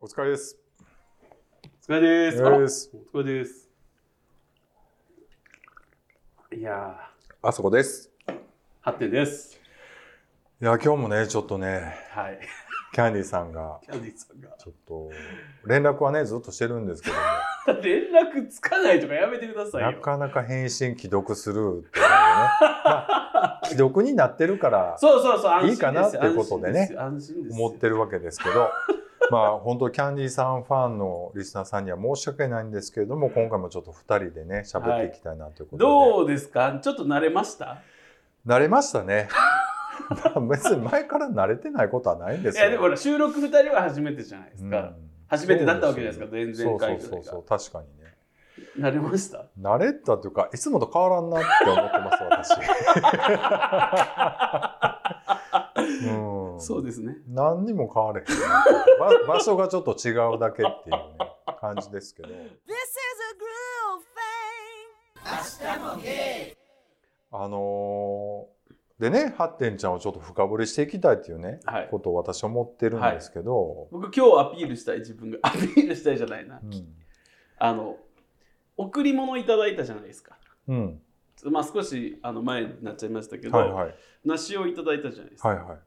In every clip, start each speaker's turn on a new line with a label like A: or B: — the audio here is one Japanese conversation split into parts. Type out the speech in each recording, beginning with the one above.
A: お疲れです。
B: お疲
A: お
B: れです。あら
A: 疲れ
B: お
A: です。
B: 疲れです。いや
A: あそこです。
B: ー、発展です。
A: いや、今日もね、ちょっとね、
B: はい。
A: キャンディさんが、
B: キャンディさんが。
A: ちょっと、連絡はね、ずっとしてるんですけども、
B: 連絡つかないとかやめてください
A: な
B: よ。
A: かなか返信既読するっていうのがね、まあ、既読になってるから
B: そうそうそう、安心です。
A: いいかなっていうことでね
B: 安心です。
A: 思ってるわけですけど、まあ、本当キャンディさんファンのリスナーさんには申し訳ないんですけれども、今回もちょっと2人でね、喋っていきたいなということで。
B: どうですかちょっと慣れました
A: 慣れましたね。 別に前から慣れてないことはないんで
B: い
A: すよ。
B: や、でもほら、収録2人は初めてじゃないですか。
A: うん
B: 初めてだったわけじゃないですか、
A: そうそ
B: 前々
A: う
B: 回ぐ
A: そ
B: らいう
A: そ
B: が
A: う。確かにね
B: 慣れました
A: 慣れたというかいつもと変わらんなって思ってます私うん
B: そうですね。
A: 何にも変われへん ば場所がちょっと違うだけっていうね感じですけど
C: This is a groove thing.
A: あのーでねハッテンちゃんをちょっと深掘りしていきたいっていうね、
B: はい
A: ことを私思ってるんですけど、
B: 僕今日アピールしたい自分が、 アピールしたいじゃないな。あの、贈り物いただいたじゃないですか。
A: うん、うん、
B: まあ、少しあの前になっちゃいましたけど、
A: はいはい
B: 梨をいただいたじゃないですか。
A: はいはい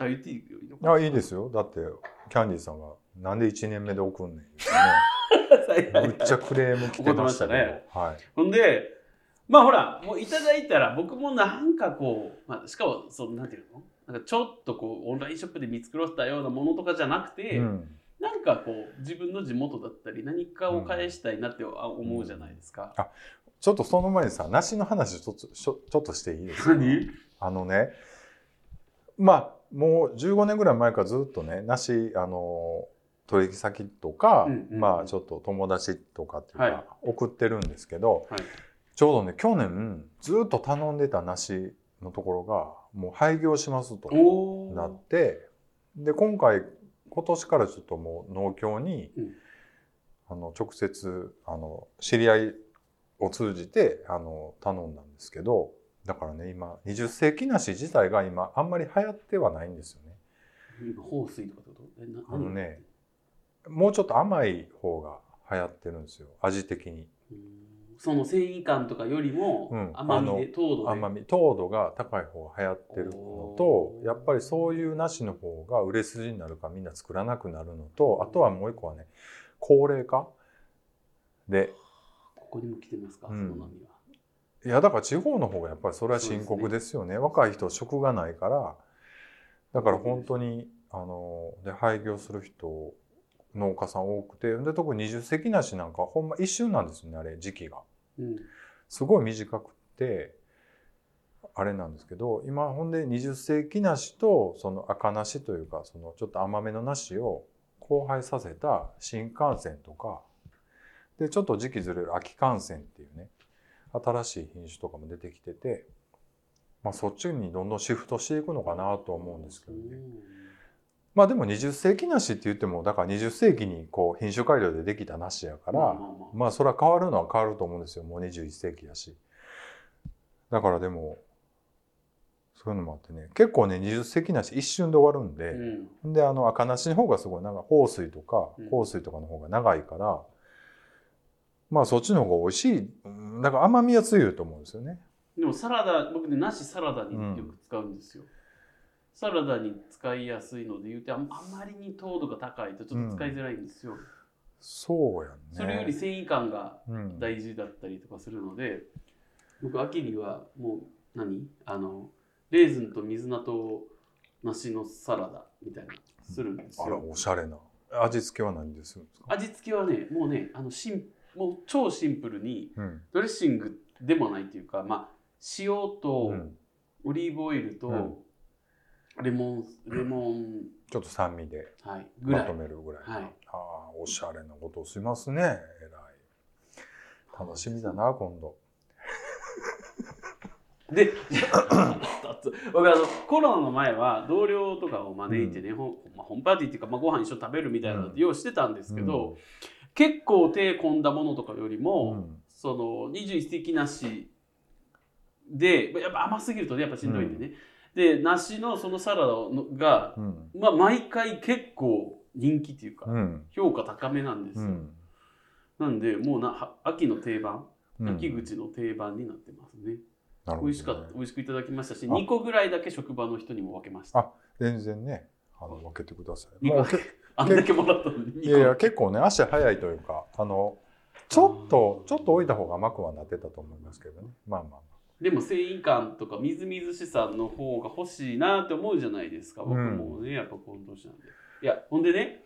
B: あ言っていい のか
A: あいいですよだってキャンディーさんが「なんで1年目で送んねん」ってね
B: はいはい
A: むっちゃクレーム来てましたけど
B: 怒って
A: はい
B: ほんでまあほらもういただいたら僕もなんかこう、まあ、しかもそのなんていうのなんかちょっとこうオンラインショップで見繕ったようなものとかじゃなくて、
A: うん、
B: なんかこう自分の地元だったり何かを返したいなってあ思うじゃないですか。
A: ちょっとその前にさ梨の話ちょっとちょちょっとしていいですか
B: 何
A: あのねまあもう15年ぐらい前からずっとね梨あの取引先とか、
B: うんうんうん
A: まあちょっと友達とかっていうか、
B: はい
A: 送ってるんですけど、
B: はい
A: ちょうどね去年ずっと頼んでた梨のところがもう廃業しますと
B: おー
A: なってで今回今年からちょっともう農協に、
B: うん
A: あの直接あの知り合いを通じてあの頼んだんですけどだからね今20世紀梨自体が今あんまり流行ってはないんですよね。
B: 放水とかってことえな
A: あのねもうちょっと甘い方が流行ってるんですよ味的に
B: うんその繊維感とかよりも
A: うん
B: 甘みで、
A: あの
B: 糖度で
A: 甘み糖度が高い方が流行ってるのと
B: おー
A: やっぱりそういう梨の方が売れ筋になるからみんな作らなくなるのとあとはもう一個はね高齢化で
B: ここにも来てますか、
A: うん
B: その波は。
A: いやだから地方の方がやっぱりそれは深刻ですよね若い人職がないからだから本当にあので廃業する人農家さん多くてで特に二十世紀梨なんかはほんま一瞬なんですよねあれ時期が。
B: うん
A: すごい短くてあれなんですけど今ほんで20世紀梨とその赤梨というかそのちょっと甘めの梨を交配させた新幹線とかでちょっと時期ずれる秋幹線っていうね新しい品種とかも出てきてて、まあ、そっちにどんどんシフトしていくのかなと思うんですけどね。まあでも20世紀梨って言ってもだから20世紀にこう品種改良でできた梨やか、
B: から
A: まあそれは変わるのは変わると思うんですよもう21世紀だしだからでもそういうのもあってね結構ね20世紀なし一瞬で終わるん
B: う
A: で、
B: ん
A: であの赤なしの方がすごい長い豊水とか
B: うん
A: 香水とかの方が長いから、まあそっちの方が美味しいうんだから甘みは強いと思うんですよね
B: でもサラダ僕ねなしサラダによく使うんですよ、サラダに使いやすいので言うてあんあまりに糖度が高いとちょっと使いづらいんですよ、
A: そうやね
B: それより繊維感が
A: うん、
B: 大事だったりとかするので僕秋にはもう何あのレーズンと水菜と梨のサラダみたいなのするんです
A: あら
B: よ、
A: おしゃれな味付けは何でするんですか、
B: 味付けはねもうねあのシンもう超シンプルに
A: うん
B: ドレッシングでもないというか、まあ、塩と
A: うん
B: オリーブオイル
A: う
B: とレモン、レモン、
A: ちょっと酸味で
B: はい、ぐ
A: ま
B: らい
A: と。めるぐらい、
B: はい
A: ああおしゃれなことをしますねえらい楽しみだな今度
B: で、僕あのコロナの前は同僚とかを招いてね、ほんまあ、ホームパーティーっていうか、まあ、ご飯一緒に食べるみたいなのって用意してたんですけど、結構手込んだものとかより
A: う
B: も、
A: ん
B: その21世紀梨でやっぱ甘すぎるとねやっぱしんどいんでね、で梨のそのサラダのが
A: うん
B: まあ、毎回結構人気っていうか、
A: うん
B: 評価高めなんで
A: う
B: すよ、
A: ん
B: なんでもうなは秋の定番
A: うん
B: 秋口の定番になってますね、
A: なるほどね
B: 美味しかった美味しくいただきましたし
A: あ
B: 2個ぐらいだけ職場の人にも分けまし
A: あ
B: た
A: 全然ねあの分けてください
B: 二個
A: もう
B: だけあんだけもらったのに2個
A: いやいや結構ね足早いというかあのちょっとちょっと置いた方が甘くはなってたと思いますけどねまあまあ
B: でも繊維感とかみずみずしさの方が欲しいなって思うじゃないですか僕もね、やっぱこの年なんでいやほんでね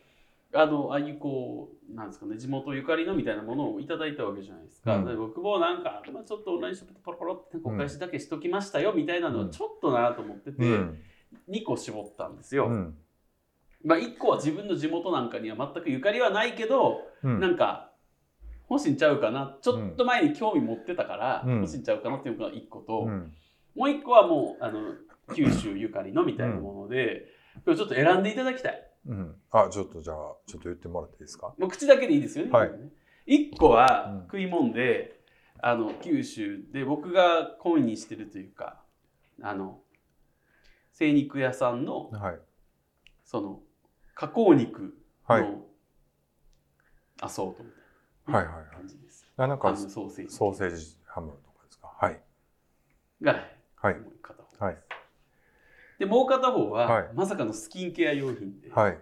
B: あのああいうこうなんですかね地元ゆかりのみたいなものをいただいたわけじゃないですか、
A: うん
B: で僕もなんか、まあ、ちょっとオンラインショップでポロポロってなんかお返しだけしときましたよみたいなのはちょっとなと思ってて、
A: うん
B: 2個絞ったんですよ、
A: うん
B: まあ、1個は自分の地元なんかには全くゆかりはないけど、
A: うん
B: なんか欲しいんちゃうかなちょっと前に興味持ってたから、
A: うん
B: 欲しいんちゃうかなっていうのが1個と、
A: うん
B: もう1個はもうあの九州ゆかりのみたいなもので、今日ちょっと選んでいただきたい
A: うんあちょっとじゃあちょっと言ってもらっていいですか
B: もう口だけでいいですよね、
A: はい
B: 1個
A: うん
B: は食いもんで、あの九州で僕が恋にしてるというかあの精肉屋さんの
A: はい
B: その加工肉の、
A: はい
B: アソートみたい
A: はいはいはい
B: な感じです。
A: あなん
B: ハ
A: か
B: ムソーセージ
A: ソーセージハムとかですかはい
B: が
A: はい
B: もう片方
A: はい
B: でもう片方は、
A: はい
B: まさかのスキンケア用品で、
A: はい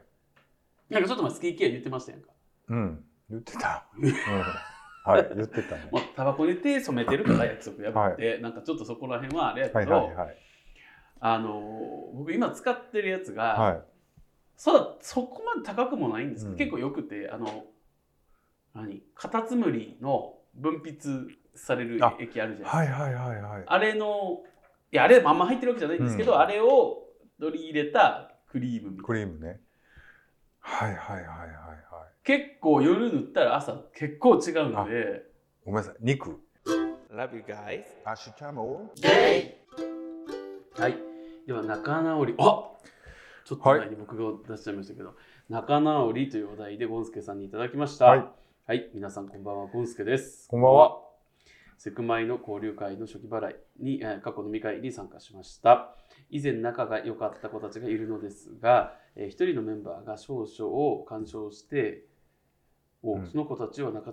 B: なんかちょっと前スキンケア言ってましたやんか、
A: うん言ってた、うん、はい言ってたね
B: まあ、タバコ入れて染めてるから約束破って、なんかちょっとそこら辺はあれやけど、
A: はいはいはい
B: あのー僕今使ってるやつが、
A: はい
B: そうだそこまで高くもないんですけど、
A: うん
B: 結構よくてあの何カタツムリの分泌される
A: あ
B: 液あるじゃないですか
A: はいはいはいはい
B: あれのいやあれまんま入ってるわけじゃないんですけど、
A: うん
B: あれを取り入れたクリームみたいな
A: クリームねはいはいはいはいはい
B: 結構夜塗ったら朝結構違うので
A: ごめんなさい肉
B: Love you guys
A: アッシュチャモ
B: はいでは仲直りあちょっと前に僕が出しちゃいましたけど、仲直りというお題でゴンスケさんにいただきました
A: は
B: はいい、皆さんこんばんはゴンスケです
A: こんばんは
B: セクマイの交流会の初期払いに、えー過去飲み会に参加しました。以前仲が良かった子たちがいるのですが、えー一人のメンバーが少々を干渉して、お
A: うん
B: その子たちを仲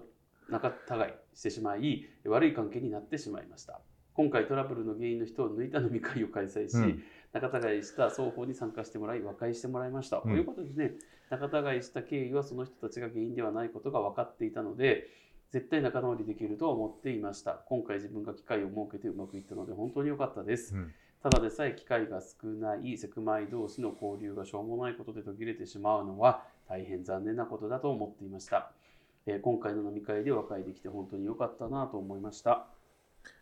B: 仲違いしてしまい、悪い関係になってしまいました。今回トラブルの原因の人を抜いた飲み会を開催し、
A: うん
B: 仲違いした双方に参加してもらい和解してもらいまし
A: う
B: た。
A: ん
B: ということですね、仲違いした経緯はその人たちが原因ではないことが分かっていたので、絶対仲直りできると思っていました。今回自分が機会を設けてうまくいったので本当に良かったです。
A: うん
B: ただでさえ機会が少ないセクマイ同士の交流がしょうもないことで途切れてしまうのは大変残念なことだと思っていました。えー今回の飲み会で和解できて本当に良かったなと思いました。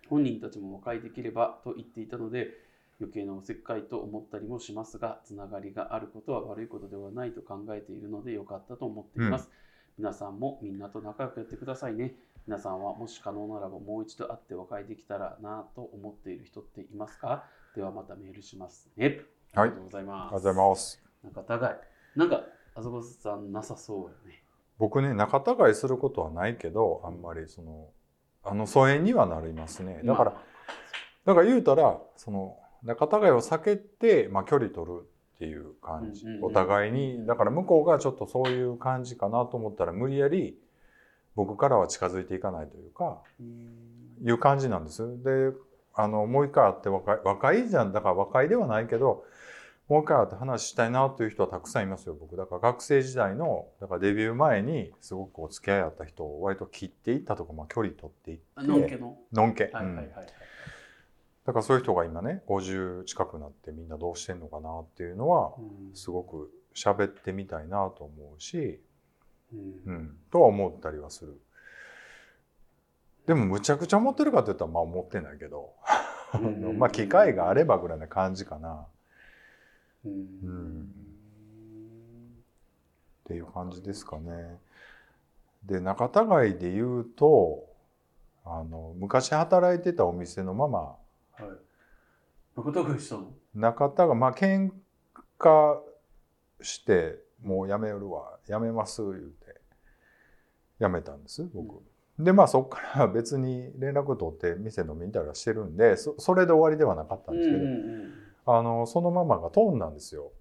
B: 本人たちも和解できればと言っていたので余計なおせっかいと思ったりもしますがつながりがあることは悪いことではないと考えているので良かったと思っています、皆さんもみんなと仲良くやってくださいね皆さんはもし可能ならばもう一度会って和解できたらなと思っている人っていますかではまたメールしますねあ
A: はい
B: りがとうござい
A: ありが
B: ま
A: とう
B: す
A: ございます
B: なんか高いなんかあそこさんなさそうよね
A: 僕ね仲違いすることはないけどあんまりそのあの疎遠にはなりますねだから、
B: ま
A: だから言うたらその仲違いを避けて、まあ、距離取るっていう感じ、
B: うんうんうん
A: お互いにだから向こうがちょっとそういう感じかなと思ったら無理やり僕からは近づいていかないというか
B: あうん
A: いう感じなんですであのもう一回会って和解和解じゃんだから和解ではないけどもう一回会って話したいなという人はたくさんいますよ僕だから学生時代のだからデビュー前にすごくお付き合いあった人を割と切っていったとか、まあ、距離取っていって
B: あのんけの
A: のんけ、
B: はいはいは
A: う
B: い
A: ん
B: はい
A: だからそういう人が今ね50近くなってみんなどうしてんのかなっていうのは
B: うん
A: すごく喋ってみたいなと思うし、
B: うん
A: うん、とは思ったりはする。でもむちゃくちゃ思ってるかって言ったらまあ思ってないけど。あ
B: うんうん
A: の
B: うん
A: まあ機会があればぐらいな感じかなっ
B: うん
A: んていう感じですかね。で仲違いで言うとあの昔働いてたお店のママ
B: はい。誠君したの
A: 仲違いまあ喧嘩してもうやめるわやめます言うてやめたんです僕。でまあそこから 別に連絡取って店飲みに行ったりはしてるんでそそれで終わりではなかったんですけど、
B: うんうん
A: あのそのママが飛んだんですよ。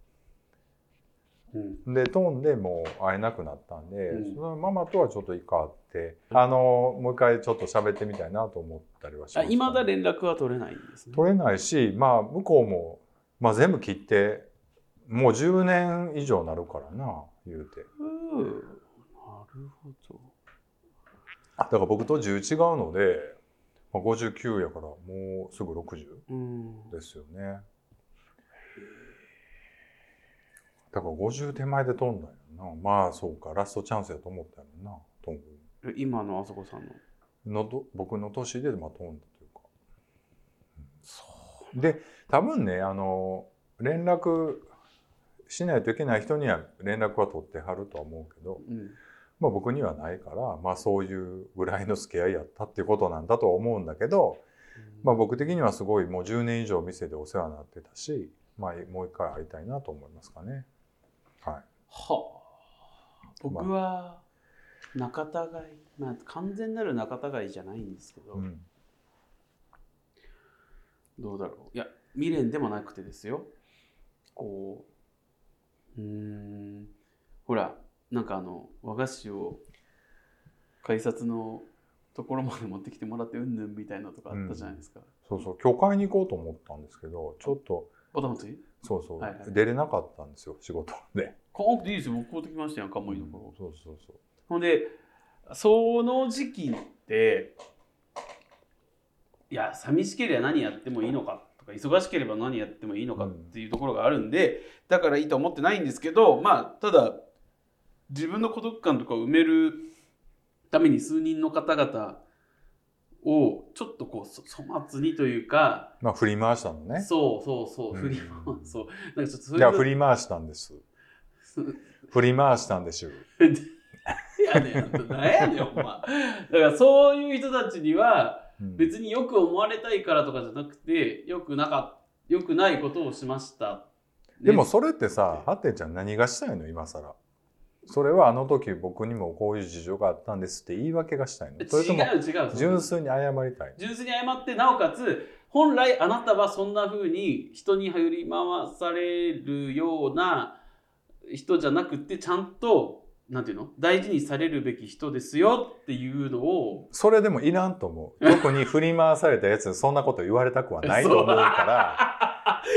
B: うん
A: で飛んでもう会えなくなったんで、
B: うん
A: そのママとはちょっと一回会って、あのもう一回ちょっと喋ってみたいなと思ったりはしま
B: あ
A: した
B: 未だ連絡は取れないんですね。
A: 取れないしまあ向こうも、まあ、全部切ってもう10年以上なるからな言うて
B: うーなるほど。
A: だから僕と10違うので、まあ、59やからもうすぐ60
B: うん。
A: ですよねだから50手前で飛んだよなまあそうかラストチャンスやと思ったよなトング
B: え今のあそこさんの。
A: のと僕の年でまあ飛んだというか。で多分ねあの連絡しないといけない人には連絡は取ってはるとは思うけど、
B: うん。
A: まあ、僕にはないから、まあ、そういうぐらいの付き合いやったっていうことなんだとは思うんだけど、まあ、僕的にはすごいもう10年以上店でお世話になってたし、まあ、もう一回会いたいなと思いますかね。はい
B: はあ僕は仲たがい、まあ、完全なる仲たがいじゃないんですけど、
A: うん
B: どうだろういや未練でもなくてですよこううーんほらなんかあの和菓子を改札のところまで持ってきてもらってうんぬんみたいなのとかあったじゃないですか、
A: そうそう教会に行こうと思ったんですけどちょっと
B: おたまつい
A: そうそう、
B: はいはい
A: 出れなかったんですよ仕事で。
B: こんくていいですよ僕買うてきましたやんかもいいところ、
A: そうそうそう
B: ほんでその時期っていや寂しければ何やってもいいのかとか忙しければ何やってもいいのかっていうところがあるんで、だからいいとは思ってないんですけどまあただ自分の孤独感とかを埋めるために数人の方々をちょっとこうそ粗末にというか
A: まあ振り回したのね
B: そうそうそう
A: うん
B: 振り回そうなんかちょっと
A: い
B: そういう
A: や
B: こ
A: 振り回したんです振り回したんです
B: とやねん何やねんお前だからそういう人たちには
A: うん
B: 別によく思われたいからとかじゃなくてよくなかよくないことをしました、ね
A: でもそれってさハッテンちゃん何がしたいの今更それはあの時僕にもこういう事情があったんですって言い訳がしたいのそれ
B: 違
A: とも
B: う違う
A: 純粋に謝りたい
B: 純粋に謝ってなおかつ本来あなたはそんな風に人に振り回されるような人じゃなくてちゃんとなんていうの大事にされるべき人ですよっていうのを
A: それでもいらんと思う特に振り回されたやつにそんなこと言われたくはないと思うから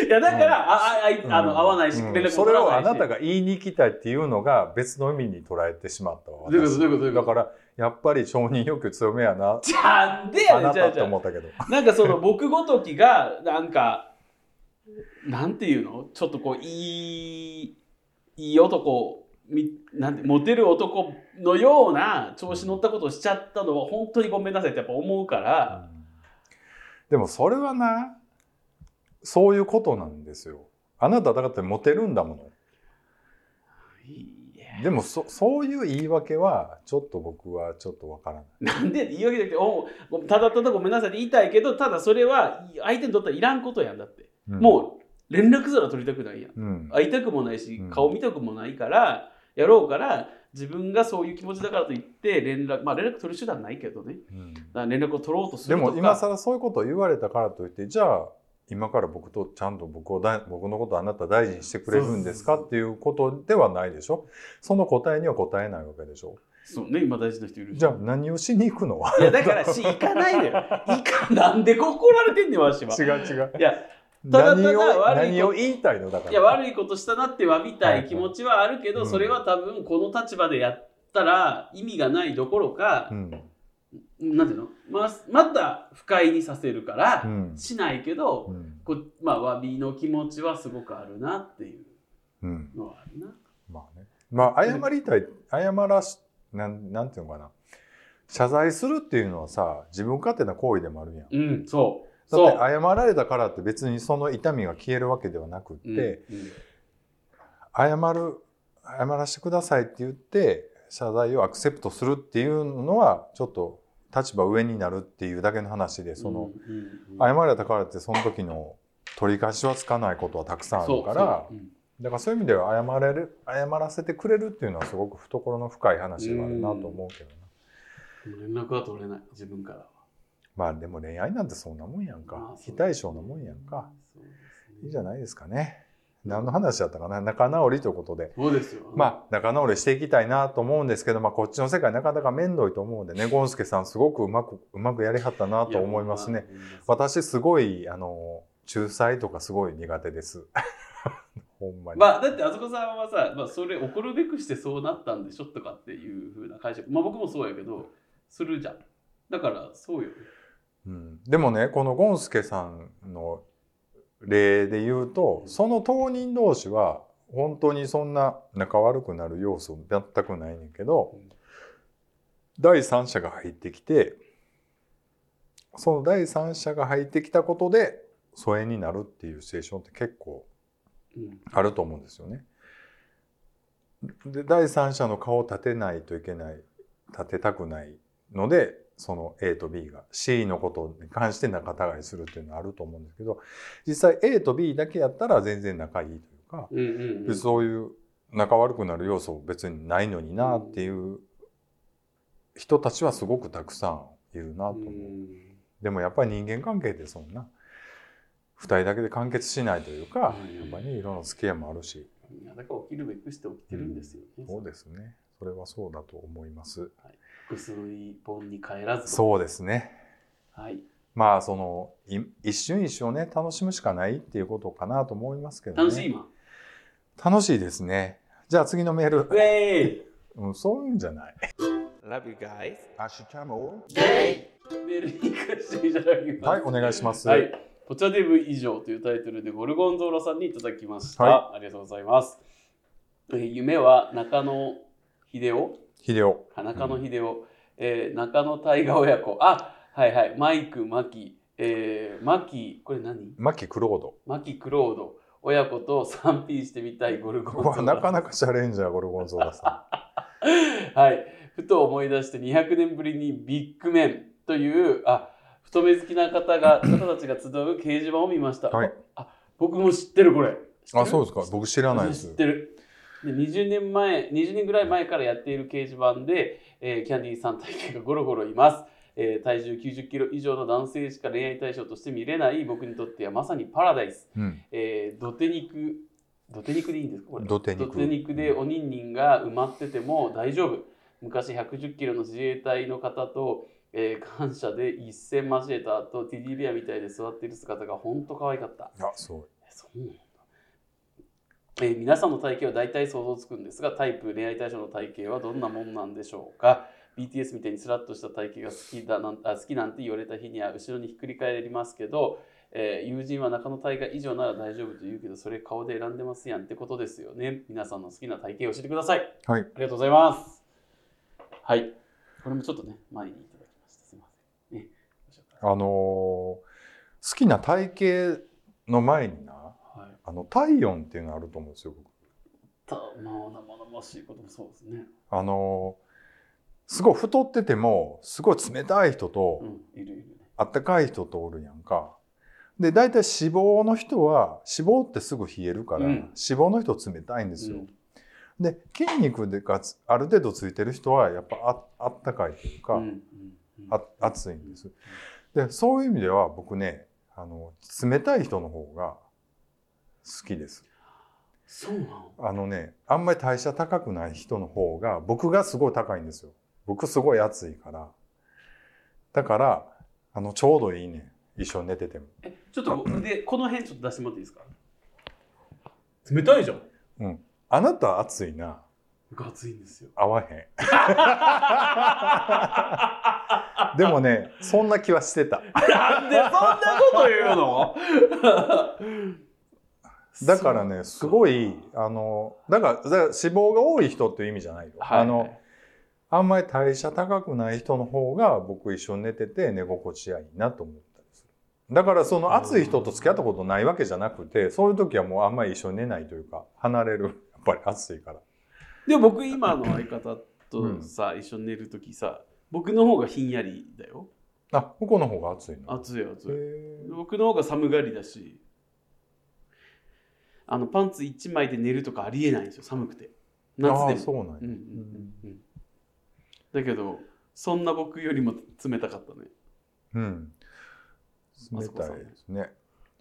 B: いやだから、あああい
A: うん
B: あの合わないし、
A: うん
B: 連絡も
A: それ
B: 取ら
A: を
B: な
A: あ
B: いし
A: なたが言いに来たっていうのが別の意味に捉えてしまったわ
B: どういうことどういうことどういうこ
A: だ
B: と
A: からやっぱり承認欲求強めやな
B: じゃあで や
A: あ
B: ねん
A: な
B: じゃ
A: た
B: あ
A: っ
B: じ
A: て
B: ゃあ
A: 思ったけど
B: なんかその僕ごときがなんかなんていうのちょっとこういいいい男みなんてモテる男のような調子乗ったことをしちゃったのは本当にごめんなさいってやっぱ思うから、
A: でもそれはなそういうことなんですよあなただってモテるんだも
B: いや
A: のでもそそういう言い訳はちょっと僕はちょっとわからない
B: なんで言い訳じゃなくておごただただごめんなさいって言いたいけどただそれはい相手にとってはいらんことやんだって、、
A: うん
B: もう連絡すら取りたくないやん
A: うん、
B: 会いたくもないし
A: うん
B: 顔見たくもないから、やろうから自分がそういう気持ちだからといって連絡まあ連絡取る手段ないけどね
A: うん
B: だから連絡を取ろうとす
A: で
B: るとか
A: も今更そういうことを言われたからといってじゃあ今から僕とちゃんと僕をだ僕のことあなた大事にしてくれるんですか
B: そうそうそう
A: っていうことではないでしょその答えには答えないわけでしょ
B: そうね今大事な人いるし
A: じゃあ何をしに行くの
B: いやだからし行かな いでよ行かなんで怒られてんねんわしは
A: 違う違う
B: いやただただ
A: 何を
B: 悪い
A: 何
B: こ
A: を言いたいのだから
B: いや悪いことしたなって詫びたい気持ちはあるけど、
A: はいはい
B: それは多分この立場でやったら意味がないどころか
A: う、ん
B: なんていうのままた不快にさせるから、
A: うん
B: しないけど、
A: うん
B: こまあ詫びの気持ちはすごくあるなっていう
A: うん
B: のはあるな。
A: まあね。まあ、謝りたい、謝らし、なん、なんていうのかな。謝罪するっていうのはさ、自分勝手な行為でもあるやん。
B: うん、そう。
A: だ
B: そ
A: っ
B: う。
A: て謝られたからって別にその痛みが消えるわけではなくって、
B: うんうん
A: 謝る、謝らせてくださいって言って、謝罪をアクセプトするっていうのは、ちょっと立場上になるっていうだけの話で、その、、
B: うんうん
A: 謝られたからってその時の取り返しはつかないことはたくさんあるから、
B: そうそううん
A: だからそういう意味では謝れる謝らせてくれるっていうのはすごく懐の深い話ではあるなと思うけどな、
B: 連絡は取れない、自分からは。
A: まあでも恋愛なんてそんなもんやんか、
B: まあ
A: 非対称なもんやんか、
B: そうですね
A: いいじゃないですかね何の話だったかな仲直りということで。
B: そうですよ。
A: まあ、仲直りしていきたいなと思うんですけど、まあ、こっちの世界なかなか面倒いと思うんでね、ゴンスケさんすごくうまく、うまくやりはったなと思いますね。。私すごい、あの、仲裁とかすごい苦手です。 ほんまに。
B: まあ、だってあそこさんはさ、まあ、それ怒るべくしてそうなったんでしょとかっていうふうな解釈まあ僕もそうやけどするじゃんだからそうよ
A: うん、でもね、このゴンスケさんの例で言うと、その当人同士は、本当にそんな仲悪くなる要素全くないねんけど、
B: うん
A: 第三者が入ってきてその第三者が入ってきたことで疎遠になるっていうシチュエーションって結構
B: うん
A: あると思うんですよね。で第三者の顔を立てないといけない立てたくないのでその A と B が C のことに関して仲違いするっていうのはあると思うんですけど実際 A と B だけやったら全然仲いいというか、
B: うんうんう
A: で
B: ん
A: そういう仲悪くなる要素別にないのになっていう人たちはすごくたくさんいるなと
B: う
A: 思う、
B: ん
A: でもやっぱり人間関係ってそんな2人だけで完結しないというか、
B: うん
A: やっぱりいろんな付き合いもあるし
B: いやだから起きるべくして起きてるんですよね、
A: そうですねそれはそうだと思います
B: 薬本に帰らずう
A: そうですね
B: はい
A: まあそのい一瞬一瞬をね楽しむしかないっていうことかなと思いますけどね
B: 楽しい今
A: 楽しいですねじゃあ次のメール
B: ウ、ェーイ
A: うん、そういうんじゃない
D: Love you guys.
B: メールに行かせていただきます
A: はいお願いします、
B: はい。ポチャデブ以上というタイトルでゴルゴンゾーラさんにいただきました。
A: は
B: ありがとうございます。えー夢は中野秀夫
A: 秀夫
B: あ中野秀夫、えー中野大河親子。あはいはい。マイク、マキ、えー、マキ、これ何
A: 牧クロ ード
B: マキ、クロード。親子と 3P してみたいゴルゴンゾ
A: う
B: ー
A: わ
B: ラ。
A: なかなかシャレンジャーゴルゴンゾーラさ
B: はい、ふと思い出して200年ぶりにビッグメンというあ太め好きな 方が方たちが集う掲示板を見ました、
A: はい
B: あ僕も知ってるこれ
A: ん。あ、そうですすか。僕知らないで
B: 知っ
A: す。
B: てるで20年前20年ぐらい前からやっている掲示板で、えーキャンディーさん体型がゴロゴロいます、えー体重9 0キロ以上の男性しか恋愛対象として見れない僕にとってはまさにパラダイス
A: うん。
B: えー、土手肉土手肉でいいんですかこれ
A: 土手肉
B: でおにんにんが埋まってても大丈夫昔110キロの自衛隊の方と、えー感謝で一戦交えた後テディベアみたいで座ってる姿が本当可愛かった
A: あ、そう。
B: えそうなんだ、えー皆さんの体型は大体想像つくんですがタイプ恋愛対象の体型はどんなもんなんでしょうか BTS みたいにスラッとした体型が好きだなんあ好きなんて言われた日には後ろにひっくり返りますけど、えー友人は中野大河以上なら大丈夫と言うけどそれ顔で選んでますやんってことですよね皆さんの好きな体型を教えてください
A: はい
B: ありがとうございますはいこれもちょっとね前にいただきましたすいませんねどうしようか
A: あのー好きな体型の前にな、
B: なはい
A: あの体温っていうのあると思うんですよ。僕
B: たまあ生々しいこともそうですね
A: あのーすごい太ってても、すごい冷たい人と
B: う、んいるいるね
A: あったかい人とおるやんか。で、大体脂肪の人は、脂肪ってすぐ冷えるから、
B: うん
A: 脂肪の人冷たいんですよ。で、筋肉でがつある程度ついてる人は、やっぱああったかいというか、
B: うんうん
A: あ暑いんです。でそういう意味では僕ねあの冷たい人の方が好きです。
B: そうなの
A: あのねあんまり代謝高くない人の方が僕がすごい高いんですよ。僕すごい暑いから。だからあのちょうどいいね一緒に寝てても。
B: えちょっとこでこの辺ちょっと出してもらっていいですか冷たいじゃん
A: あなた暑いな
B: 僕暑いんですよ
A: 合わへん。で もねそんな気はしてた。
B: なんでそんなこと言うの
A: だからねすごいあのだからだから脂肪が多い人っていう意味じゃないよ。
B: はい
A: あのあんまり代謝高くない人の方が僕一緒に寝てて寝心地がいいなと思ったりする。だからその暑い人と付き合ったことないわけじゃなくて、そういう時はもうあんまり一緒に寝ないというか、離れる。やっぱり暑いから。
B: でも僕今の相方とさ、一緒に寝るときさ僕の方がひんやりだよ
A: あ、ここの方が暑いの。
B: 暑い暑い
A: へー
B: 僕の方が寒がりだしあのパンツ一枚で寝るとかありえないんですよ寒くて夏
A: あ
B: で
A: ー
B: も
A: そうなん
B: う
A: や
B: んうんうんうんだけどそんな僕よりも冷たかったね
A: うん。
B: あ
A: 冷
B: そこ
A: た
B: さ
A: い
B: ん
A: ですね。
B: 冷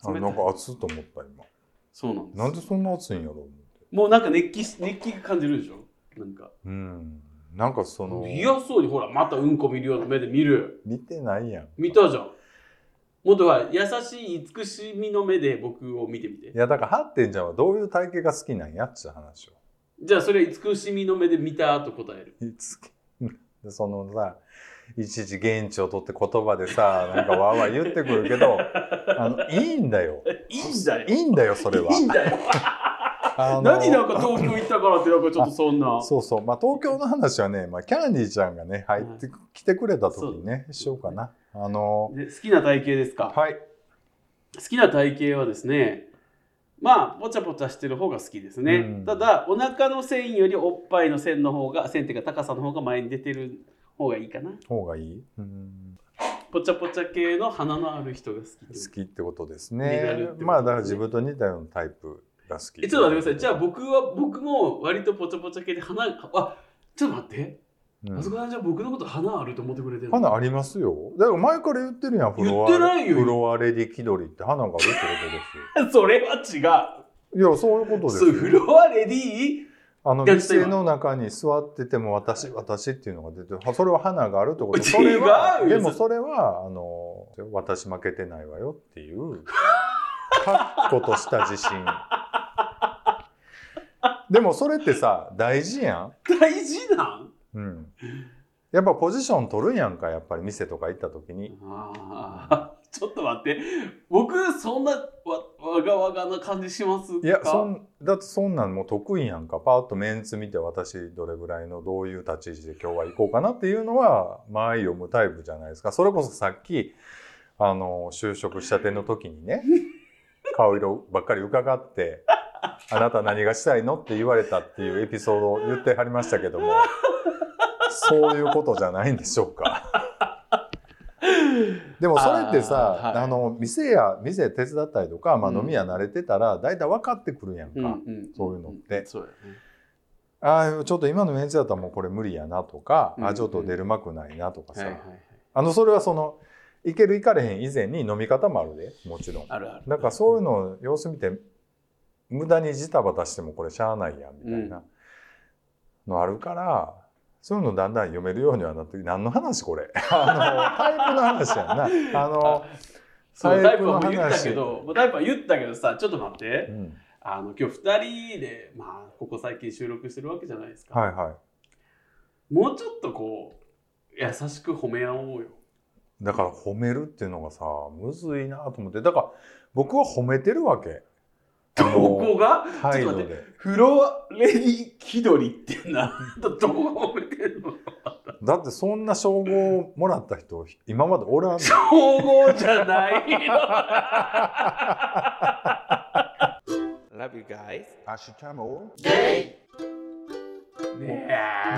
A: あ
B: たい
A: なんか暑いと思った今。
B: そうなんです
A: なんでそんな暑いんやろう思って
B: もうなんか熱気し熱気感じるでしょなんか
A: うんなんかその
B: 嫌そうにほらまたうんこ見るような目で見る
A: 見てないやん
B: 見たじゃんもっとは優しい慈しみの目で僕を見てみて
A: いやだからハッテンちゃんはどういう体型が好きなんやっちゅう話を
B: じゃあそれ慈しみの目で見たと答える
A: いつでそのさいちいち現地を取って言葉でさなんかわーわー言ってくるけどあのいいんだよ
B: いいんだよ
A: いいんだよそれはい
B: いんだよ
A: あの
B: 何なんか東京行ったからってなんかちょっとそんな
A: そうそうまあ東京の話はね、まあ、キャンディーちゃんがね入ってきてくれた時にね、しようかなあの
B: で好きな体型ですか、
A: はい
B: 好きな体型はですねまあぽちゃぽちゃしてる方が好きですね、
A: うん
B: ただお腹の線よりおっぱいの線の方が線っていうか高さの方が前に出てる方がいいかな
A: 方がいいうん
B: ぽちゃぽちゃ系の鼻のある人が好きです
A: 好きってことです
B: になるっ
A: ね
B: てことですね
A: まあだから自分と似たようなタイプが好き
B: えちょっと待ってくださいじゃあ、僕は僕も割とぽちゃぽちゃ系で鼻あちょっと待って、
A: うん
B: あそこさんじゃあ僕のこと鼻あると思ってくれてるの
A: 花ありますよだから前から言ってるやんフロア
B: 言ってないよ
A: フロアレディ気取りって花があるってことで
B: それは違
A: すよいやそういうこと
B: う
A: です
B: そう
A: よ
B: フロアレディー
A: あの
B: いやちょっと今
A: 店の中に座ってても私私っていうのが出てるそれは花があるってこと
B: 違
A: それ
B: うよ
A: は
B: そ
A: でもそれはあの私負けてないわよっていう確固とした自信でもそれってさ大事や
B: 大事な
A: ん、
B: ん
A: うん、やっぱポジション取るやんかやっぱり店とか行った時に
B: ああ、 ちょっと待って。僕、そんなわわがわがな感じしますか
A: いやそんだってそんなんもう得意やんかパーッとメンツ見て私どれぐらいのどういう立ち位置で今日は行こうかなっていうのはまあ読むタイプじゃないですかそれこそさっきあの就職したての時に ね顔色ばっかり伺って「あなた何がしたいの?」って言われたっていうエピソードを言ってはりましたけどもそういうことじゃないんでしょうか。でもそれってさ
B: あ
A: あ、
B: ーはい
A: の店や店手伝ったりとか、まあ、
B: うん
A: 飲み屋慣れてたら大体分かってくるやんか、
B: うんうん、
A: そういうのって
B: そうやね
A: ああちょっと今のメンツだったらもうこれ無理やなとか、
B: うんう
A: あ
B: ん
A: ちょっと出るまくないなとかさ、
B: はいはいはい。
A: あのそれはそのいけるいかれへん以前に飲み方もあるでもちろん
B: あるある。
A: だからそういうのを様子見て無駄にジタバタしてもこれしゃあないやんみたいなのあるから、そういうのだんだん読めるようにはなって何の話これ あのタイプの話やんなあの
B: あそうタイプは
A: タ
B: も
A: イプ
B: う
A: の話
B: 言ったけど、もうタイプは言ったけどさ、ちょっと待って
A: う。ん、
B: あの今日二人で、まあ、ここ最近収録してるわけじゃないですか。
A: はいはい
B: もうちょっとこう、優しく褒め合おうよ。
A: だから褒めるっていうのがさむずいなと思ってだから僕は褒めてるわ け
B: どこが
A: 態
B: ちょっと待
A: 度
B: っ
A: で
B: フロアレディ気取りってな、どこが褒めてんの
A: だってそんな称号をもらった人今までおら んの
B: 統合じゃないよ。
D: Love you guys.
B: ねえ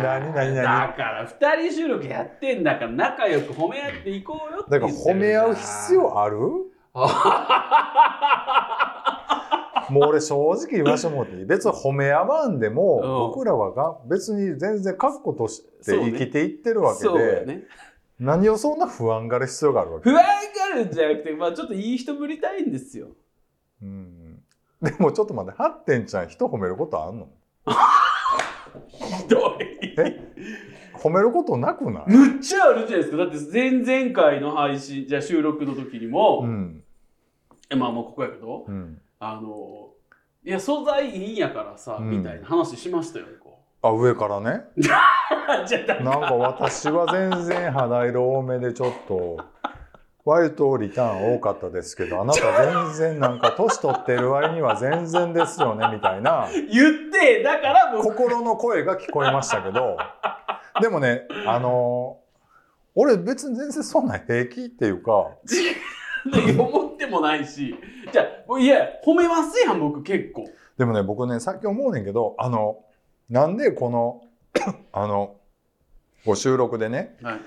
A: 何何何
B: だから二人収録やってんだから仲良く褒め合っていこうよって
A: だ
B: 言
A: から
B: ってる
A: 褒め合う必要 あるもう俺正直言わしてもらっていい別に褒め合わんでも
B: うん
A: 僕らはが別に全然確固として生きていってるわけ
B: そうだ
A: で、
B: よね
A: 何をそんな不安がる必要があるわけ
B: 不安があるんじゃなくてまあちょっといい人ぶりたいんですよ
A: うん、でもちょっと待ってハッテンちゃん人褒めることあんの
B: ひどい
A: え褒めることなくない、
B: むっちゃあるじゃないですかだって前々回の配信じゃあ収録の時にも、
A: うん
B: えまあもうここやけど
A: うん、
B: あのいや素材いいんやからさ、
A: うん
B: みたいな話しましたよこ
A: あ上からね
B: う じゃあだ
A: なんか私は全然肌色多めでちょっと割とリターン多かったですけどあなた全然なんか年取ってる割には全然ですよねみたいな
B: 言ってだからもう
A: 心の声が聞こえましたけどでもねあの俺別に全然そんな平気っていうか
B: 思ってもないしじゃあもういや褒めますやん僕結構
A: でもね僕ね最近思うねんけどあのなんでこの あのこう収録でね
B: はい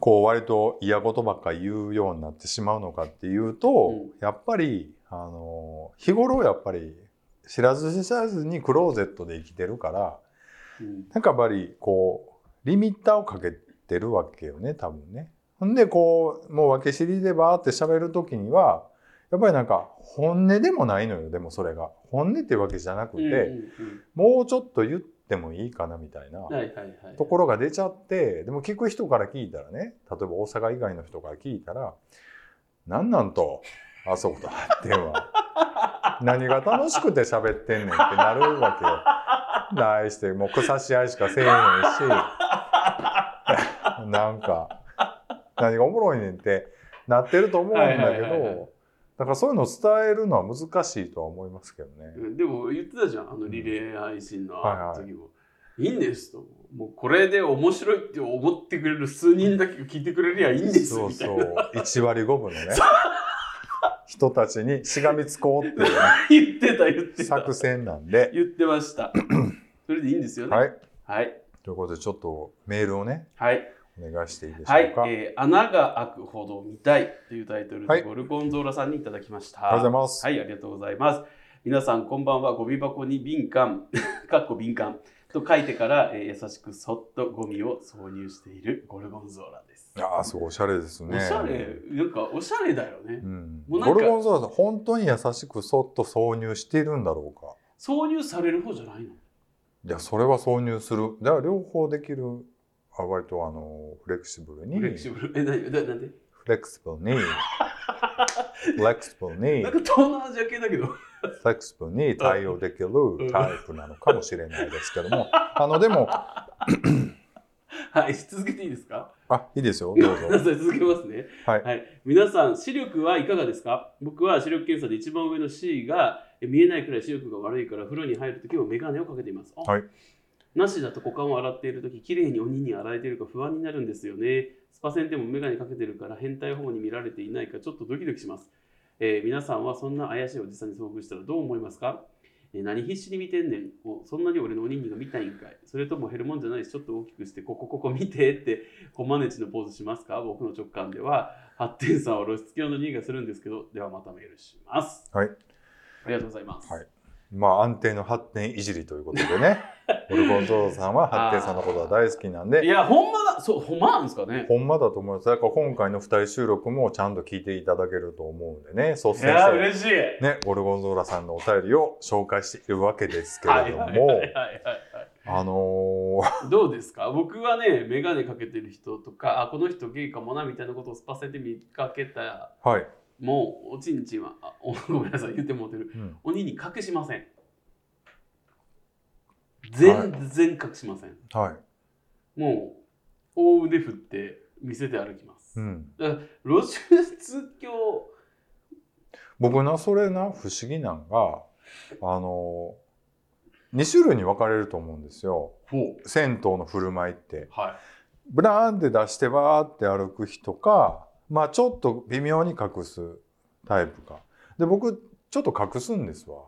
A: こう割と嫌事ばっか言うようになってしまうのかっていうと、
B: うん
A: やっぱりあの日頃やっぱり知らず知らずにクローゼットで生きてるから
B: うん
A: なんかやっぱりこうリミッターをかけてるわけよね多分ね。ほんでこうもう分け知りでバーって喋る時にはやっぱりなんか本音でもないのよでもそれが本音っていうわけじゃなくて、
B: うんうん
A: もうちょっと言ってもいいかなみたいな、
B: うんはいはいはい
A: ところが出ちゃってでも聞く人から聞いたらね例えば大阪以外の人から聞いたら「なんなんとあそこと発展は 何が楽しくて喋ってんねん」ってなるわけよ。ないしてもう草し合いしかせえへんし なんか何がおもろいねんってなってると思うんだけど、
B: はいはいはいはい
A: だからそういうのを伝えるのは難しいとは思いますけどね。
B: うんでも言ってたじゃんあのリレー配信の
A: はいはい
B: 時も、いいんですともうこれで面白いって思ってくれる数人だけ聞いてくれりゃいいんです
A: そう
B: みたい
A: そ
B: な
A: う1割5分のね人たちにしがみつこうっていうね、
B: 言ってた言 ってた
A: 作戦なんで
B: 言ってま したそれでいいんですよね
A: はいい
B: はい
A: ということでちょっとメールをね
B: はい、
A: お願いしていいでしょうか、
B: はいえー穴が開くほど見たい」というタイトル
A: は
B: で
A: い
B: ゴルゴンゾーラさんにいただきました、
A: ありがとうございます、
B: はい、ありがとうございます。皆さん、こんばんは。ゴミ箱に敏感、 かっこ敏感と書いてから、えー優しくそっとゴミを挿入しているゴルゴンゾーラです。
A: い、やーすごいおしゃれですね
B: おしゃれ、なんかおしゃれだよね
A: う。ん、
B: もう
A: ゴ
B: なんか
A: ルゴンゾーラさん本当に優しくそっと挿入しているんだろうか
B: 挿入される方じゃないの
A: いやそれは挿入するだから両方できるあ割とあのフレキシブルに
B: フレキシブル。え、なにななんで
A: フレキシ ブルにフレキシブルに
B: なんか東南アジア系だけど。
A: フレキシブルに対応できるタイプなのかもしれないですけども、あのでも、
B: はい、続けていいですか
A: あいいですよ、どうぞ。
B: 皆さん続けますね。
A: はい
B: 皆さん、視力はいかがですか僕は視力検査で一番上の C がえ見えないくらい視力が悪いから風呂に入るときも眼鏡をかけています。あ
A: はい
B: なしだと股間を洗っているとき、綺麗に鬼に洗えているか不安になるんですよね。スパ線でも眼鏡かけてるから変態方に見られていないかちょっとドキドキします。えー皆さんはそんな怪しいおじさんに遭遇したらどう思いますかえー何必死に見てんねんおそんなに俺のおにぎりが見たいんかいそれとも減るもんじゃないしちょっと大きくしてここここ見てってコマネチのポーズしますか僕の直感では発展さんは露出狂の匂いがするんですけどではまたメールします
A: はい
B: ありがとうございます、
A: はいまあ、安定の発展いじりということでね、オルゴンゾーさんは発展さんのことが大好きなん
B: い、
A: で、
B: やほんまだそうほんまなんですかね
A: ほんまだと思います。だから今回の2人収録もちゃんと聞いていただけると思うんでね、率先
B: いや
A: して、
B: 嬉しい
A: ね、オルゴンゾーラさんのお便りを紹介しているわけですけ
B: は
A: れ
B: い
A: ど
B: はいはい
A: も
B: は、いはい
A: あのー
B: どうですか僕はね眼鏡かけてる人とかあこの人ゲイかもなみたいなことをスパセで見かけた
A: はい、
B: もうおちんちんはあおごめんなさい言ってもうてる
A: うん
B: 鬼に隠しません全然隠しません、
A: はい、
B: もう大腕振って見せて歩きます、
A: うん。
B: 路出狂
A: 僕なそれな不思議なんがあの2種類に分かれると思うんですよ
B: ほう
A: 銭湯の振る舞いって
B: は
A: ブラーンって出してバーって歩く人かまあちょっと微妙に隠すタイプかで僕ちょっと隠すんですわ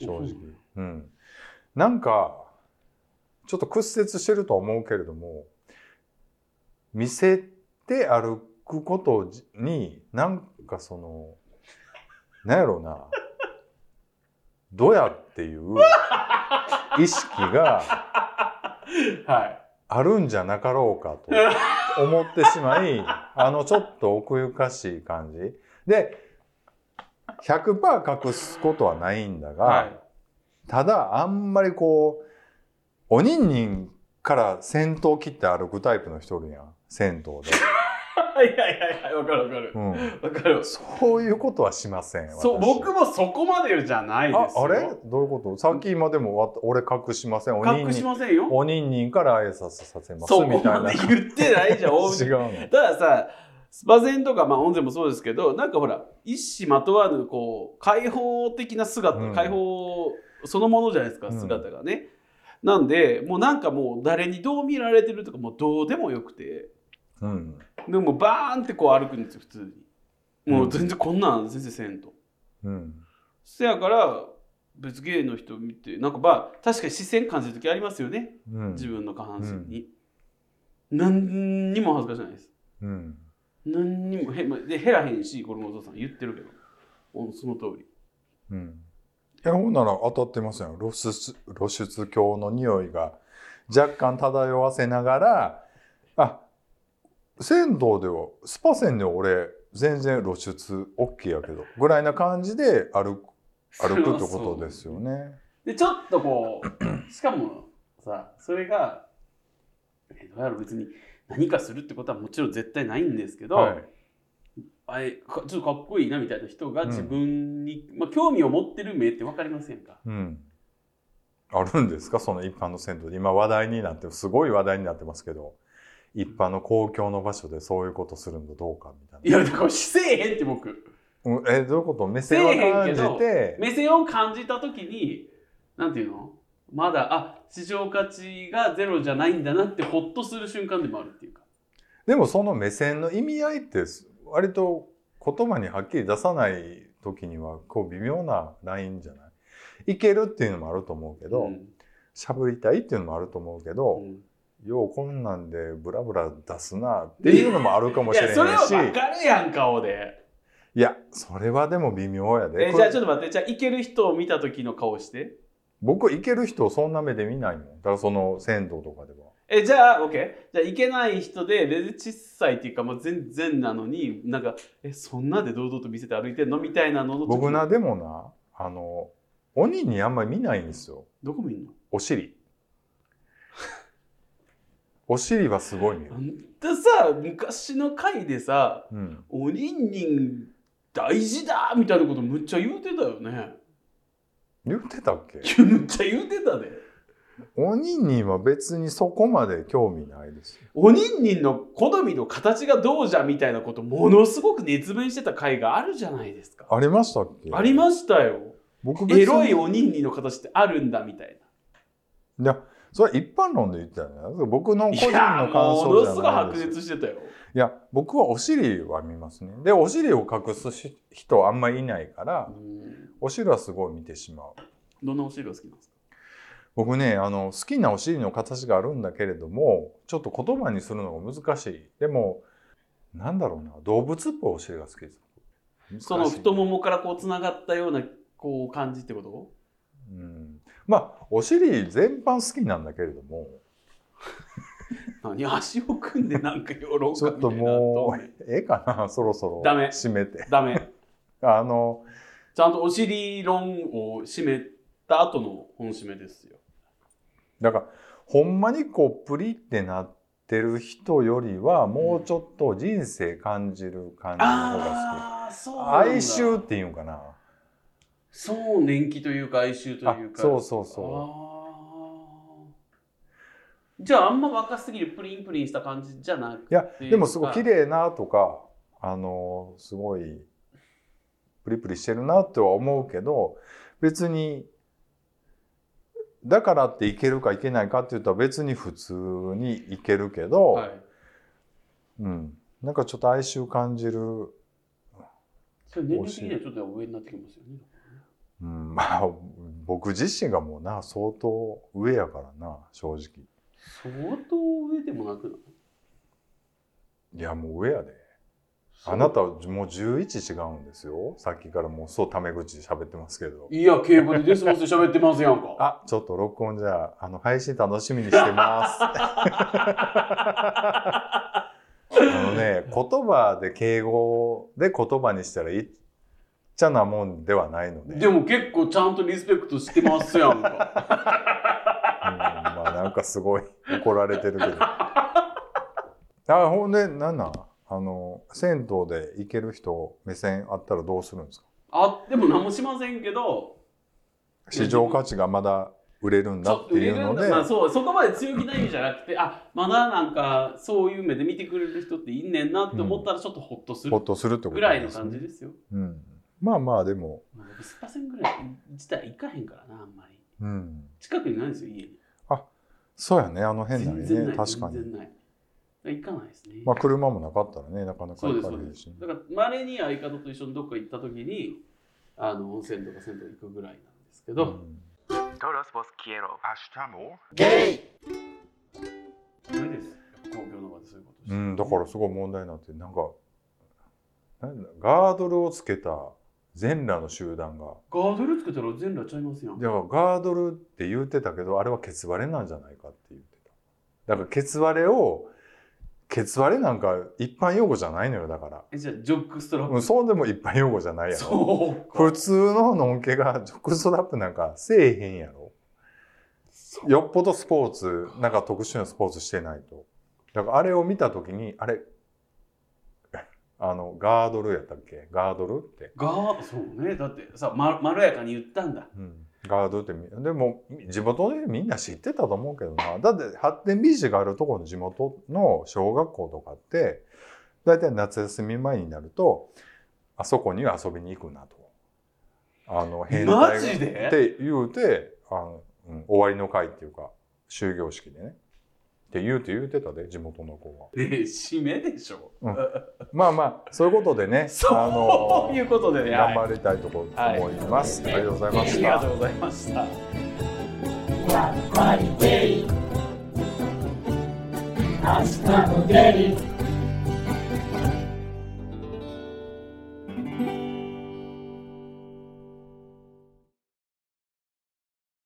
A: 正直
B: うん
A: うんなんかちょっと屈折してるとは思うけれども見せて歩くことになんかそのなんやろうなどうやっていう意識が
B: いは
A: あるんじゃなかろうかと思ってしま いあのちょっと奥ゆかしい感じで100%隠すことはないんだ
B: い
A: が、
B: はい
A: ただあんまりこうおにんにんから先頭切って歩くタイプの人おるやん銭湯で、
B: はいはいはいはいわかるわかる
A: うん、
B: わかる
A: そういうことはしません
B: そう
A: 私
B: 僕もそこまでじゃないで
A: あ
B: すよ
A: あれどういうことさっき今でもわ俺隠しませんおにん
B: 隠
A: に
B: し
A: ん
B: ませんよ
A: おにんにんから挨拶させます
B: そこ
A: みたい
B: ま
A: な
B: で言ってないじゃん大
A: 違
B: 腕
A: うの
B: たださスパゼンとか、まあ、温泉もそうですけどなんかほら一糸まとわぬこう開放的な姿、
A: うん
B: 開放そのものじゃないですか
A: うん
B: 姿がね、なんでもうなんかもう誰にどう見られてるとかもうどうでもよくて
A: うん
B: でもバーンってこう歩くんですよ普通にもう全然こんなん全然せんと、
A: うん
B: せやから別芸の人見てなんかまあ確かに視線感じる時ありますよね
A: うん
B: 自分の下半身に、何にも恥ずかしくないです
A: うん
B: 何にもへまで減らへんしこれもお父さん言ってるけどおその通り
A: うんいやほんなら当たってますよ露出露出鏡の匂いが若干漂わせながらあ銭湯ではスパ銭で俺全然露出 OK やけどぐらいな感じで歩く歩くってことですよね。
B: でちょっとこう しかもさそれがえどうやろう別に何かするってことはもちろん絶対ないんですけど、
A: はい
B: あれかちょっとかっこいいなみたいな人が自分に、まあ、興味を持ってる目って分かりませんか
A: うん、あるんですかその一般の銭湯で今話題になってすごい話題になってますけど一般の公共の場所でそういうことするのどうかみたい
B: い
A: な。
B: やだからせえへんって僕
A: うんえどういうこと目線は
B: せえへ
A: 感
B: んけ
A: じ
B: ど
A: て
B: 目線を感じた時になんていうのまだあ市場価値がゼロじゃないんだなってほっとする瞬間でもあるっていうか
A: でもその目線の意味合いって割と言葉にはっきり出さない時にはこう微妙なラインじゃないいけるっていうのもあると思うけど
B: ん
A: しゃぶりたいっていうのもあると思うけど、
B: うん
A: ようこんなんでブラブラ出すなっていうのもあるかも
B: い
A: しれ
B: や
A: ないし
B: それは分かるやん顔で
A: いやそれはでも微妙やで
B: え
A: こ
B: じゃあ
A: れ
B: ちょっと待ってじゃあいける人を見た時の顔して
A: 僕いける人をそんな目で見ないもんだからその銭湯とかでは
B: えじゃあ OK じゃあいけない人でレズ小さいっていうかもう全然なのになんかえそんなで堂々と見せて歩いてんのみたいなのの時
A: 僕なでもなあの鬼にあんまり見ないんですよ
B: どこ見んの
A: お尻お尻はすごい見る
B: あ、んたさ昔の回でさ
A: うん、
B: おにんにん大事だみたいなことむっちゃ言うてたよね。
A: 言ってたっけ
B: いやむっちゃ言うてたで。
A: 鬼には別にそこまで興味ないですよ
B: おにんにんの好みの形がどうじゃみたいなことものすごく熱弁してた回があるじゃないですか。
A: ありましたっけ
B: ありましたよ。
A: 僕別に
B: エロいおにんにんの形ってあるんだみたい
A: いやそれは一般論で言ったよね僕の個
B: な。い
A: 人の
B: や
A: 感
B: も
A: 想
B: の
A: じ
B: すごい
A: ゃない
B: 白
A: です
B: 熱してたよ。
A: いや僕はお尻は見ますねでお尻を隠すし人あんまりいないから
B: うん
A: お尻はすごい見てしまう
B: どんなお尻が好きなんですか
A: 僕ねあの好きなお尻の形があるんだけれどもちょっと言葉にするのが難しいでもなんだろうな動物っぽいお尻が好きです難しい
B: その太ももからこうつながったようなこう感じってこと
A: うんまあお尻全般好きなんだけれども
B: 何足を組んでなんかよろう
A: ち
B: か
A: ょっ
B: みた
A: と
B: いな
A: もうええかな そろそろ
B: ダメ
A: 締めて
B: ダメ。
A: あの
B: ちゃんとお尻論を締めた後の本締めですよ。
A: だからほんまにこうプリってなってる人よりはもうちょっと人生感じる感じの方が
B: ああ、そう
A: 好き哀愁っていうんかな
B: そう、年季というか哀愁と
A: あ
B: いうか。
A: そうそうそ
B: そう。じゃああんま若すぎるプリンプリンした感じじゃなく
A: ういやでもすごい綺麗なとかあのすごいプリプリしてるなとは思うけど別にだからっていけるかいけないかっていうと別に普通にいけるけど、
B: はい、
A: うん、なんかちょっと哀愁感じる
B: それ年齢的にはちょっと上になってきますよね。
A: うん、 まあ僕自身がもうな相当上やからな正直
B: 相当上でもなくない
A: いやもう上やであなたはもう11違うんですよさっきからもうそうタメ口で喋ってますけど
B: いや、敬語でデスマスで喋ってますやんか。
A: あちょっと録音じゃああの配信楽しみにして ますあのね言葉で敬語で言葉にしたらいっちゃなもんではないので
B: でも結構ちゃんとリスペクトしてますや
A: う
B: んか。
A: んまあなんかすごい 怒られてるけど。あほんでなんなんあの銭湯で行ける人目線あったらどうするんですか
B: あでも何もしませんけど
A: 市場価値がまだ売れるんだ
B: そ
A: っ
B: う
A: て
B: 売
A: い
B: れ
A: う
B: る
A: の
B: ん
A: で
B: だ、まあ、そうそこまで強気な意味じゃなくてあまだなんかそういう目で見てくれる人っていんねんなって思ったらちょっとホッとす
A: ほ
B: る
A: っとするってこと
B: ぐ
A: な
B: ら
A: ん
B: いの
A: ですね
B: 感じですよ。
A: うん、まあまあでも、
B: まあ、スパセンぐらい自体行かへんからなあんまり
A: うん、
B: 近くにないんですよ家に。
A: そうやねあの変な
B: 全然な
A: ね
B: い
A: 確か
B: 全
A: に、
B: 然ない。行かないですね。
A: まあ、車もなかったらねなかなか
B: そうで
A: 行
B: す
A: か
B: そう
A: れ
B: で
A: るし
B: す。だからまれに相方と一緒にどっか行った時にあの温泉とか銭湯行くぐらいなんですけど、
A: うん
D: Todos vos quiero.
B: ダメです公共の場でそういうことして
A: うん、だからすごい問題になってなんかなんだガードルをつけた全裸の集団が
B: ガードルつけたら全裸ちゃいますやん。
A: だからガードルって言ってたけどあれはケツ割れなんじゃないかって言ってただからケツ割れをケツ割れなんか一般用語じゃないのよだから、
B: えじゃあジョックストラップ、
A: うん、そうでも一般用語じゃないやろ
B: そう
A: 普通ののんけがジョックストラップなんかせえへんやろよっぽどスポーツなんか特殊なスポーツしてないとだからあれを見た時にあれあのガードルやったっけガードルって、
B: がそうねだってさままろやかに言ったんだ
A: うん、ガードルってみでも地元でみんな知ってたと思うけどなだって発展ビジがあるところの地元の小学校とかって大体夏休み前になるとあそこには遊びに行くなとあの変態が
B: マジで
A: って言うてあの、うん、終わりの会っていうか終業式でねって言うて言うてたで地元の子は
B: ねえ締めでしょ、
A: うんまあまあそういうことでね
B: そう
A: あの
B: いうことでねは
A: 頑
B: い
A: 張りたいとこ思います、
B: はい
A: ありがとうございま
B: あ
A: し
B: り
A: た
B: がとうございました
E: パリデイ明日もデイ